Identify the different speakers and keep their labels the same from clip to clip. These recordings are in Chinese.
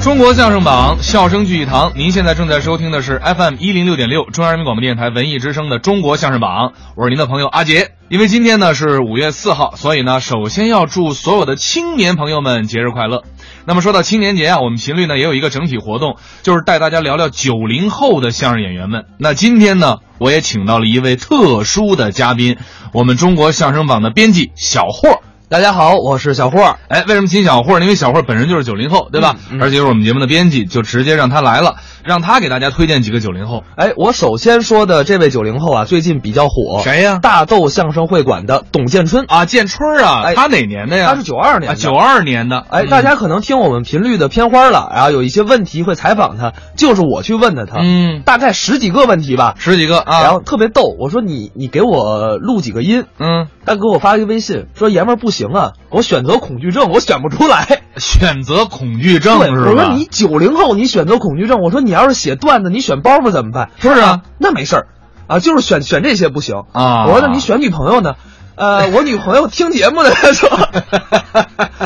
Speaker 1: 中国相声榜，笑声聚一堂。您现在正在收听的是 FM 一零六点六，中央人民广播电台文艺之声的《中国相声榜》，我是您的朋友阿杰。因为今天呢是五月四号，所以呢，首先要祝所有的青年朋友们节日快乐。那么说到青年节啊，我们频率呢也有一个整体活动，就是带大家聊聊九零后的相声演员们。那今天呢，我也请到了一位特殊的嘉宾，我们中国相声榜的编辑小霍儿。
Speaker 2: 大家好，我是小霍。
Speaker 1: 哎，为什么请小霍呢？因为小霍本身就是九零后，对吧？
Speaker 2: 嗯嗯
Speaker 1: 而且是我们节目的编辑，就直接让他来了，让他给大家推荐几个九零后。
Speaker 2: 哎，我首先说的这位九零后啊，最近比较火，
Speaker 1: 谁呀
Speaker 2: 大豆相声会馆的董建春，
Speaker 1: 哦啊，建春儿啊，
Speaker 2: 哎
Speaker 1: 他哪年的呀？啊
Speaker 2: 他是九二年的。
Speaker 1: 九二年的。
Speaker 2: 哎，
Speaker 1: 嗯
Speaker 2: 大家可能听我们频率的片花了，然后有一些问题会采访他，就是我去问的他，
Speaker 1: 嗯，
Speaker 2: 大概十几个问题吧，
Speaker 1: 十几个
Speaker 2: 然
Speaker 1: 啊，
Speaker 2: 后特别逗。我说你你给我录几个音，
Speaker 1: 嗯，
Speaker 2: 他给我发了一个微信说爷们儿不行啊，我选择恐惧症，我选不出来。
Speaker 1: 选择恐惧症
Speaker 2: 对，
Speaker 1: 是
Speaker 2: 我说
Speaker 1: 吧
Speaker 2: 你？九零后，你选择恐惧症。我说你要是写段子，你选包袱怎么办？
Speaker 1: 是啊，
Speaker 2: 那没事儿，啊，就是选选这些不行
Speaker 1: 啊
Speaker 2: 我说那你选女朋友呢？ 呃，我女朋友听节目的，她说，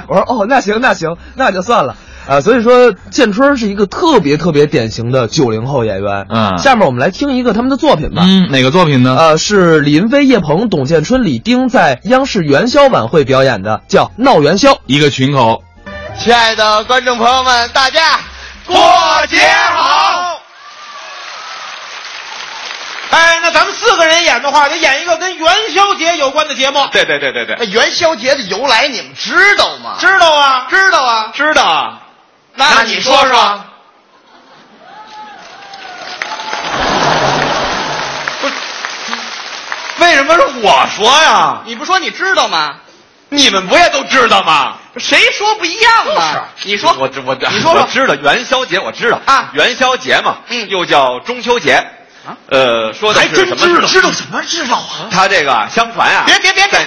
Speaker 2: 我说哦，那行那行，那就算了。啊，所以说建春是一个特别特别典型的九零后演员。
Speaker 1: 嗯
Speaker 2: 下面我们来听一个他们的作品吧。
Speaker 1: 嗯，哪个作品呢？
Speaker 2: 呃，是李云飞、叶鹏、董建春、李丁在央视元宵晚会表演的，叫《闹元宵》。
Speaker 1: 一个群口，
Speaker 3: 亲爱的观众朋友们，大家过节好！哎，那咱们四个人演的话，得演一个跟元宵节有关的节目，
Speaker 4: 对对对对
Speaker 5: 那
Speaker 4: 对，
Speaker 5: 元宵节的由来你们知道吗？
Speaker 3: 知道啊？
Speaker 5: 知道啊。
Speaker 4: 知道啊，
Speaker 3: 那
Speaker 5: 你
Speaker 3: 说
Speaker 5: 说，
Speaker 4: 为什么是我说呀？
Speaker 3: 你不说你知道吗？
Speaker 4: 你们不也都知道吗？
Speaker 3: 谁说不一样啊？你说，
Speaker 4: 我我
Speaker 3: 你说
Speaker 4: 我
Speaker 3: 说，
Speaker 4: 知道元宵节，我知道
Speaker 3: 啊
Speaker 4: 元宵节嘛，
Speaker 3: 嗯
Speaker 4: 又叫中秋节，
Speaker 3: 啊
Speaker 4: 呃，说的
Speaker 3: 还
Speaker 4: 是
Speaker 3: 真
Speaker 4: 什么
Speaker 3: 知道，哎
Speaker 4: 知
Speaker 3: 道什么知道啊？
Speaker 4: 他这个啊相传啊，
Speaker 3: 别别别别
Speaker 4: 在，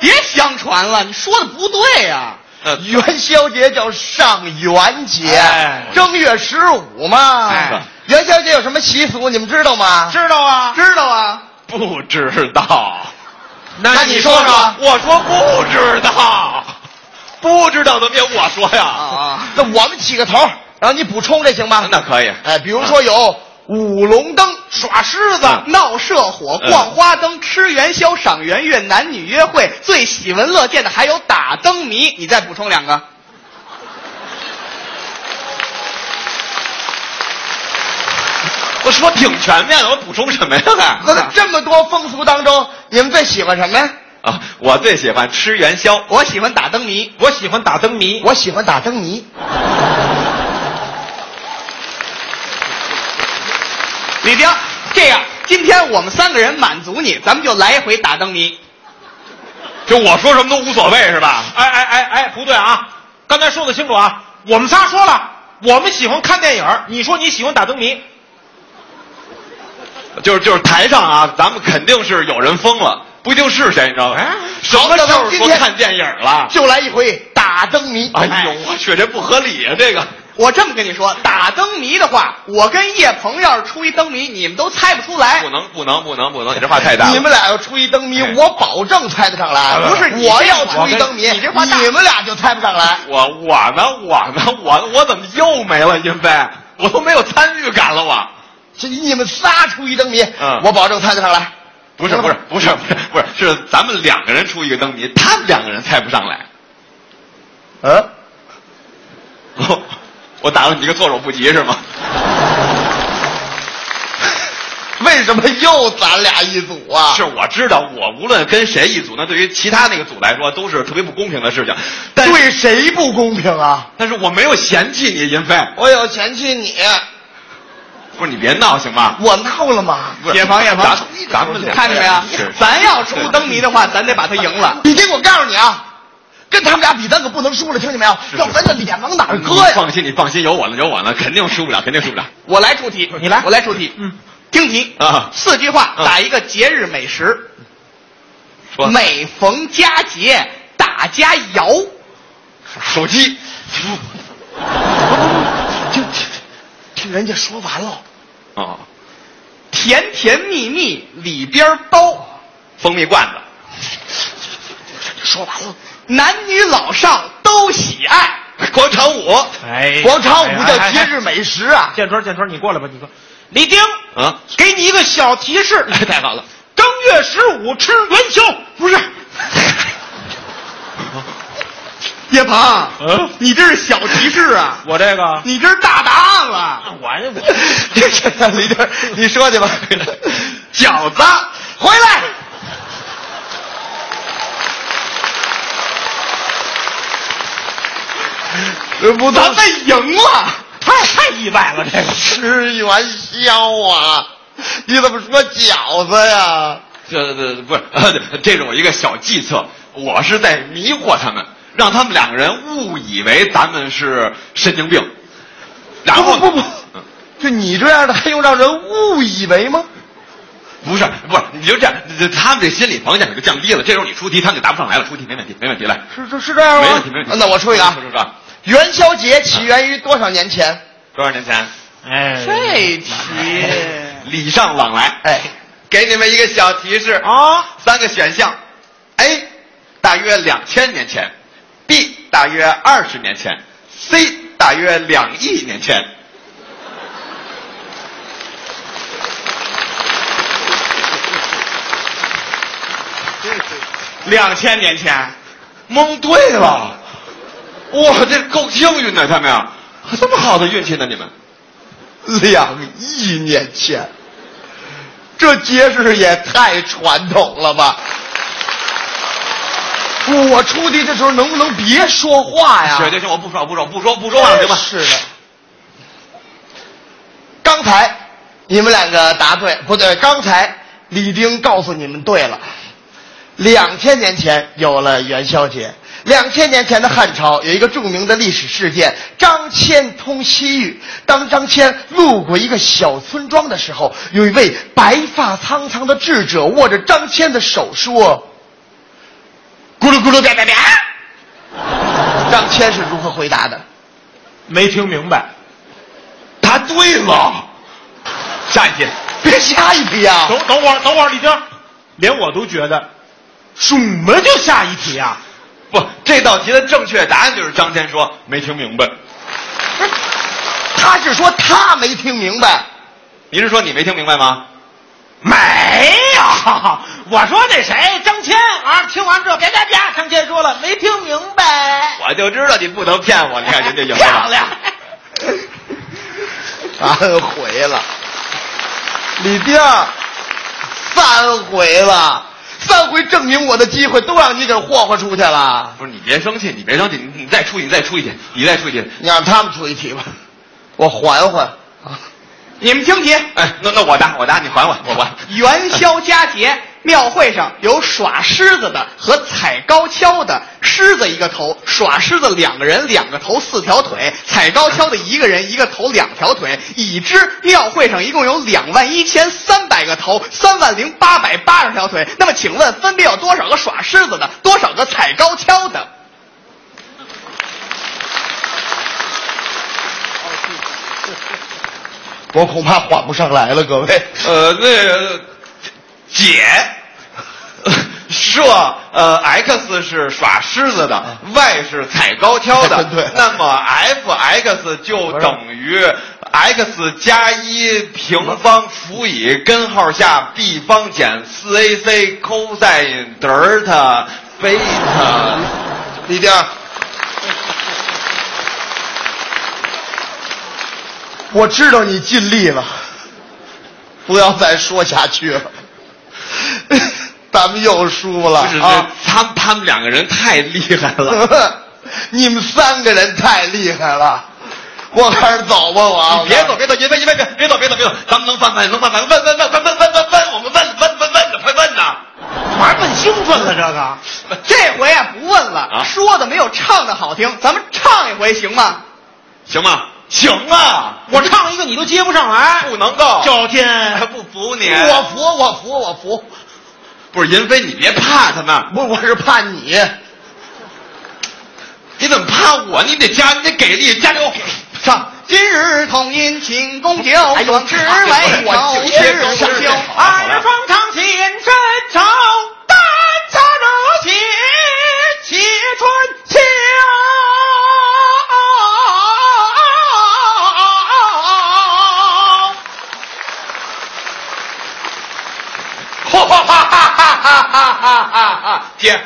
Speaker 3: 别相传了，你说的不对呀、
Speaker 4: 呃，
Speaker 5: 啊元宵节叫上元节
Speaker 4: 哎，
Speaker 5: 正月十五嘛
Speaker 4: 哎。
Speaker 5: 元宵节有什么习俗你们知道吗？
Speaker 3: 知道啊？
Speaker 5: 知道啊。
Speaker 4: 不知道。
Speaker 5: 那你说说
Speaker 4: 我说不知道，不知道怎么也我说呀？
Speaker 5: 啊啊，那我们起个头，然后你补充这行吗？
Speaker 4: 那可以
Speaker 5: 哎，比如说有舞龙灯、耍狮子
Speaker 4: 嗯
Speaker 3: 闹社火、
Speaker 4: 嗯
Speaker 3: 逛花灯、吃元宵、赏圆月、男女约会，最喜闻乐见的还有打灯谜。你再补充两个，
Speaker 4: 我说挺全面的，我补充什么呀？还
Speaker 5: 那在这么多风俗当中，你们最喜欢什么呀？
Speaker 4: 啊，我最喜欢吃元宵，
Speaker 3: 我喜欢打灯谜。
Speaker 4: 我喜欢打灯谜，
Speaker 5: 我喜欢打灯谜。
Speaker 3: 李丁，这样，今天我们三个人满足你，咱们就来一回打灯谜。
Speaker 4: 就我说什么都无所谓是吧？哎哎哎哎，不对啊！刚才说的清楚啊，我们仨说了，我们喜欢看电影，你说你喜欢打灯谜，就是就是台上啊，咱们肯定是有人疯了，不一定是谁，你知道吗？什么
Speaker 5: 那咱
Speaker 4: 就
Speaker 5: 们今
Speaker 4: 是说
Speaker 5: 天
Speaker 4: 看电影了？
Speaker 5: 就来一回打灯谜。
Speaker 4: 哎呦，我去，这不合理啊！这 个
Speaker 3: 我这么跟你说，打灯谜的话，我跟叶鹏要是出一灯谜，你们都猜不出来
Speaker 4: 不。能不能不能不能，你这话太大了。
Speaker 5: 你们俩要出一灯谜
Speaker 4: 哎，
Speaker 5: 我保证猜得上来。
Speaker 4: 不是
Speaker 3: 你
Speaker 5: 我
Speaker 3: 这
Speaker 5: 要
Speaker 3: 话
Speaker 5: 出一灯谜，
Speaker 3: 你这话大
Speaker 5: 们俩就猜不上来。
Speaker 4: 我我呢我呢我我怎么又没了？因为我都没有参与感了，我。
Speaker 5: 这你们仨出一灯谜
Speaker 4: 嗯，
Speaker 5: 我保证猜得上来。
Speaker 4: 不是不是不是不是不是，是咱们两个人出一个灯谜，他们两个人猜不上来。
Speaker 5: 嗯，
Speaker 4: 我我打了你一个措手不及是吗？
Speaker 5: 为什么又咱俩一组啊？
Speaker 4: 是，我知道，我无论跟谁一组，那对于其他那个组来说都是特别不公平的事情。但是
Speaker 5: 对谁不公平啊？
Speaker 4: 但是我没有嫌弃你，银飞，
Speaker 5: 我有嫌弃你，
Speaker 4: 不是你别闹行吗？
Speaker 5: 我闹了吗？
Speaker 4: 不是
Speaker 3: 野王野王
Speaker 4: 咱咱们俩哎
Speaker 3: 看见没有
Speaker 4: 是？
Speaker 3: 咱要出灯谜的话，咱得把它赢了。
Speaker 5: 李丁，我告诉你啊，跟他们俩比，咱可不能输了，听见没有？
Speaker 4: 是
Speaker 5: 要不咱这脸往哪儿搁
Speaker 4: 你
Speaker 5: 呀？
Speaker 4: 放心，你放心，有我呢，有我呢，肯定输不了，肯定输不了。
Speaker 3: 我来出题，
Speaker 4: 你来
Speaker 3: 我来出题。嗯，听题
Speaker 4: 啊
Speaker 3: 四句话
Speaker 4: 嗯
Speaker 3: 打一个节日美食。
Speaker 4: 说
Speaker 3: 每逢佳节大家摇，
Speaker 4: 手机，
Speaker 5: 听听听人家说完了，
Speaker 4: 哦，
Speaker 3: 甜甜蜜蜜里边包，
Speaker 4: 蜂蜜罐 子，
Speaker 5: 说完了。
Speaker 3: 男女老少都喜爱。广 场舞，
Speaker 6: 哎
Speaker 3: 广场舞
Speaker 6: 哎
Speaker 3: 叫
Speaker 6: 哎
Speaker 3: 节
Speaker 6: 哎
Speaker 3: 日美食啊。
Speaker 6: 建春，建春，你过来吧，你过。李丁，
Speaker 3: 啊，
Speaker 6: 给你一个小提示，
Speaker 3: 哎太好了，
Speaker 6: 正月十五吃元宵，不 是？
Speaker 3: 叶鹏，
Speaker 6: 嗯
Speaker 3: 你这是小提示啊，
Speaker 6: 我这个，
Speaker 3: 你这是大答案了。
Speaker 6: 我 我
Speaker 3: 这这李丁，你说去吧。饺子，回来。
Speaker 2: 不
Speaker 3: 咱们赢 了，
Speaker 6: 太太意外了，这个
Speaker 3: 吃
Speaker 5: 哎
Speaker 3: 元宵啊！你怎么说饺子呀？
Speaker 4: 这这不是， 这是我一个小计策，我是在迷惑他们，让他们两个人误以为咱们是神经病，然后嗯
Speaker 3: 不不不就你这样的，还用让人误以为吗？
Speaker 4: 不是不是，你就这样，这他们这心理防线可就降低了。这时候你出题，他们就答不上来了，出题没问题，没问题，来，
Speaker 3: 是是是这样吗？
Speaker 4: 没问题没问题
Speaker 3: 那我出一个啊
Speaker 4: 出出出，
Speaker 3: 元宵节起源于多少年前？
Speaker 4: 多少年前，
Speaker 6: 哎，
Speaker 3: 这题，
Speaker 4: 礼尚往来，
Speaker 3: 哎，给你们一个小提示啊。
Speaker 6: 啊，
Speaker 3: 三个选项：A 大约两千年前，B 大约二十年前，C 大约两亿年前。
Speaker 6: 两千年前，
Speaker 4: 蒙对了，哇，这够幸运的，他们呀，这么好的运气呢，你们。
Speaker 3: 两亿年前，这节日也太传统了吧！不，我出题的时候能不能别说话呀？
Speaker 4: 行行行，我不说，我不说，不说，不说了，行吧？
Speaker 3: 是的。刚才你们两个答对，不对，刚才李丁告诉你们对了。两千年前有了元宵节，两千年前的汉朝有一个著名的历史事件——张骞通西域。当张骞路过一个小村庄的时候，有一位白发苍苍的智者握着张骞的手说：“咕噜咕噜，点点点。”张骞是如何回答的？
Speaker 6: 没听明白，
Speaker 4: 答对了，下一题。
Speaker 3: 别下一题啊！
Speaker 6: 等等会儿，等会儿，李丁，连我都觉得，什么就下一题啊？
Speaker 4: 不，这道题的正确答案就是张天说没听明白。
Speaker 3: 他是说他没听明白，
Speaker 4: 您是说你没听明白吗？
Speaker 6: 没有，我说那谁张谦啊，听完之后，别别别，张谦说了没听明白，
Speaker 4: 我就知道你不能骗我，你看人家赢了。
Speaker 6: 漂亮。
Speaker 3: 三回了。李丁儿，三回了，三回证明我的机会都让你给霍霍出去了。
Speaker 4: 不是你别生气，你别生气，你你再出，你再出一题，你再出一题。
Speaker 3: 你让他们出一题吧，我缓缓。
Speaker 7: 你们听题：
Speaker 4: 哎，那那我答，我答，你还我，我还。
Speaker 7: 元宵佳节，庙会上有耍狮子的和踩高跷的，狮子一个头，耍狮子两个人两个头四条腿，踩高跷的一个人一个头两条腿。已知庙会上一共有两万一千三百个头，三万零八百八十条腿。那么请问，分别有多少个耍狮子的，多少个踩高跷的？
Speaker 3: 我恐怕缓不上来了，各位。
Speaker 4: 呃，那个解设哎呃 x 是耍狮子的，y 是踩高跷的，
Speaker 3: 对
Speaker 4: 那么 f x 就等于 x 加一平方除以根号下 b 方减四 ac cosine delta beta。
Speaker 3: 李丁儿，我知道你尽力了，不要再说下去了，咱们又输了
Speaker 4: 不是，
Speaker 3: 啊！
Speaker 4: 这他们他们两个人太厉害了。
Speaker 3: 你们三个人太厉害了，我还是走吧，我啊
Speaker 4: 你别走，别走，别别别别别走，别走，别走，咱们能翻翻，能翻翻，问问问，咱问问问问，我们问问问问着，快问呐！
Speaker 6: 玩问兴奋了这个。
Speaker 7: 这回啊不问了，
Speaker 4: 啊
Speaker 7: 说的没有唱的好听，咱们唱一回行吗？
Speaker 4: 行吗？行啊，
Speaker 6: 我唱一个你都接不上来，
Speaker 4: 不能够。
Speaker 6: 赵
Speaker 4: 还
Speaker 6: 天，
Speaker 4: 不服你？
Speaker 3: 我服，我服，我服，
Speaker 4: 不是银飞，你别怕他们，
Speaker 3: 不，我是怕你，
Speaker 4: 你怎么怕我？你得加，你得给力，加油！
Speaker 3: 上。
Speaker 7: 今日同饮庆功酒，壮志
Speaker 4: 哎
Speaker 7: 未
Speaker 4: 呦
Speaker 7: 酬
Speaker 4: 我
Speaker 7: 一日
Speaker 4: 我
Speaker 7: 重
Speaker 4: 我
Speaker 7: 修。
Speaker 6: 二人方长琴深愁，丹砂热血，血穿袖。哈哈哈哈哈！姐，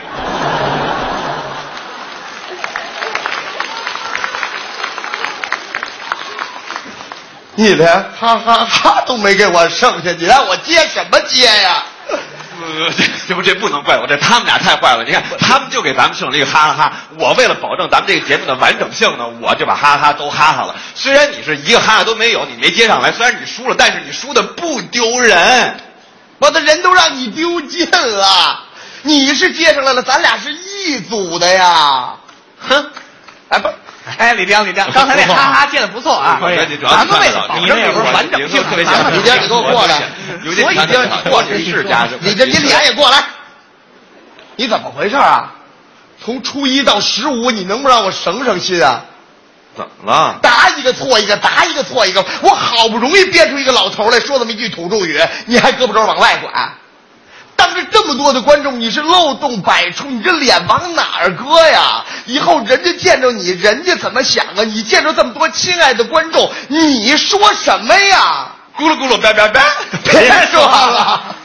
Speaker 3: 你连哈哈哈都没给我剩下，你让我接什么接呀？
Speaker 4: 呃，这这不这不能怪我，这他们俩太坏了。你看，他们就给咱们剩了一个哈哈哈。我为了保证咱们这个节目的完整性呢，我就把哈哈都哈哈了。虽然你是一个哈哈都没有，你没接上来，虽然你输了，但是你输的不丢人。
Speaker 3: 我的人都让你丢尽了，你是接上来了，咱俩是一组的呀。
Speaker 7: 哼，
Speaker 3: 哎不，
Speaker 7: 哎，李丁，李 丁，刚才那哈哈接的不错啊。
Speaker 4: 我觉得你主要
Speaker 7: 咱们为了
Speaker 4: 看
Speaker 7: 保
Speaker 4: 得
Speaker 7: 证
Speaker 4: 到
Speaker 7: 这不是完整性
Speaker 4: 特别
Speaker 7: 的，咱们
Speaker 3: 李丁你给我过来
Speaker 4: 有点像你过去是家，
Speaker 3: 你这你脸也过来，你怎么回事啊？从初一到十五，你能不让我省省心啊？
Speaker 4: 怎么了？
Speaker 3: 答一个错一个，答一个错一个。我好不容易憋出一个老头来说这么一句土著语，你还胳膊肘往外拐。当着这么多的观众，你是漏洞百出，你这脸往哪儿搁呀？以后人家见着你，人家怎么想啊？你见着这么多亲爱的观众，你说什么呀？
Speaker 4: 咕噜咕噜，叭叭叭，
Speaker 3: 别说了。